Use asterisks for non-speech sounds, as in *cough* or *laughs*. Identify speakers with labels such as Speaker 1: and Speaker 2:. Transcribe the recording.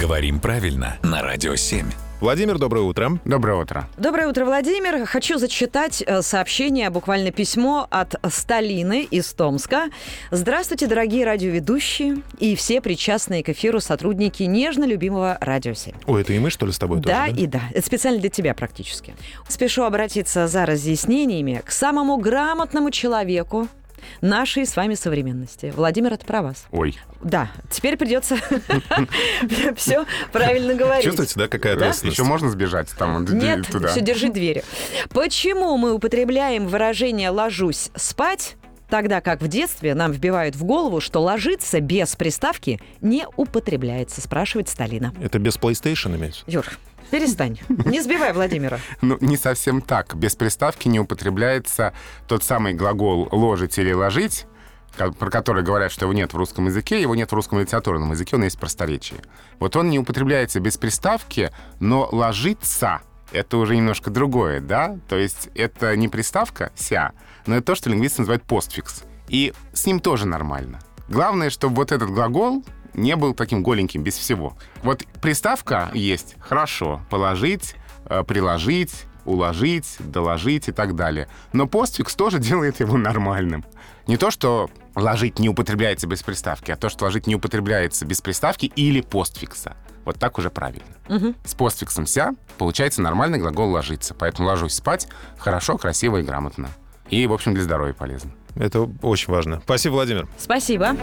Speaker 1: Говорим правильно на Радио 7.
Speaker 2: Владимир, доброе утро.
Speaker 3: Доброе утро.
Speaker 4: Доброе утро, Владимир. Хочу зачитать э, сообщение, буквально письмо от Сталины из Томска. Здравствуйте, дорогие радиоведущие и все причастные к эфиру сотрудники нежно любимого Радио 7.
Speaker 2: Ой, это и мы, что ли, с тобой
Speaker 4: Да
Speaker 2: тоже?
Speaker 4: и да. Это специально для тебя практически. Спешу обратиться за разъяснениями к самому грамотному человеку нашей с вами современности. Владимир, это про вас.
Speaker 3: Ой.
Speaker 4: Да, теперь придется *laughs* все правильно говорить.
Speaker 2: Чувствуете, да, какая
Speaker 4: Да?
Speaker 2: ответственность?
Speaker 3: Еще можно сбежать там д- д-
Speaker 4: Нет,
Speaker 3: туда?
Speaker 4: все, держи двери. Почему мы употребляем выражение «ложусь спать», тогда как в детстве нам вбивают в голову, что ложиться без приставки не употребляется, спрашивает Сталина.
Speaker 2: Это без PlayStation имеется?
Speaker 4: Юр, перестань. Не сбивай Владимира.
Speaker 3: Ну, не совсем так. Без приставки не употребляется тот самый глагол «ложить» или «ложить», ко- про который говорят, что его нет в русском языке, его нет в русском литературном языке, он есть в просторечии. Вот он не употребляется без приставки, но «ложиться» — это уже немножко другое, да? То есть это не приставка «ся», но это то, что лингвисты называют постфикс. И с ним тоже нормально. Главное, чтобы вот этот глагол не был таким голеньким, без всего. Вот приставка есть «хорошо», «положить», э, приложить, уложить, доложить и так далее. Но постфикс тоже *laughs* делает его нормальным. Не то, что ложить не употребляется без приставки, а то, что ложить не употребляется без приставки или постфикса. Вот так уже правильно. С постфиксом «ся» получается нормальный глагол «ложиться». Поэтому ложусь спать хорошо, красиво и грамотно. И, в общем, для здоровья полезно.
Speaker 2: Это очень важно. Спасибо, Владимир.
Speaker 4: Спасибо.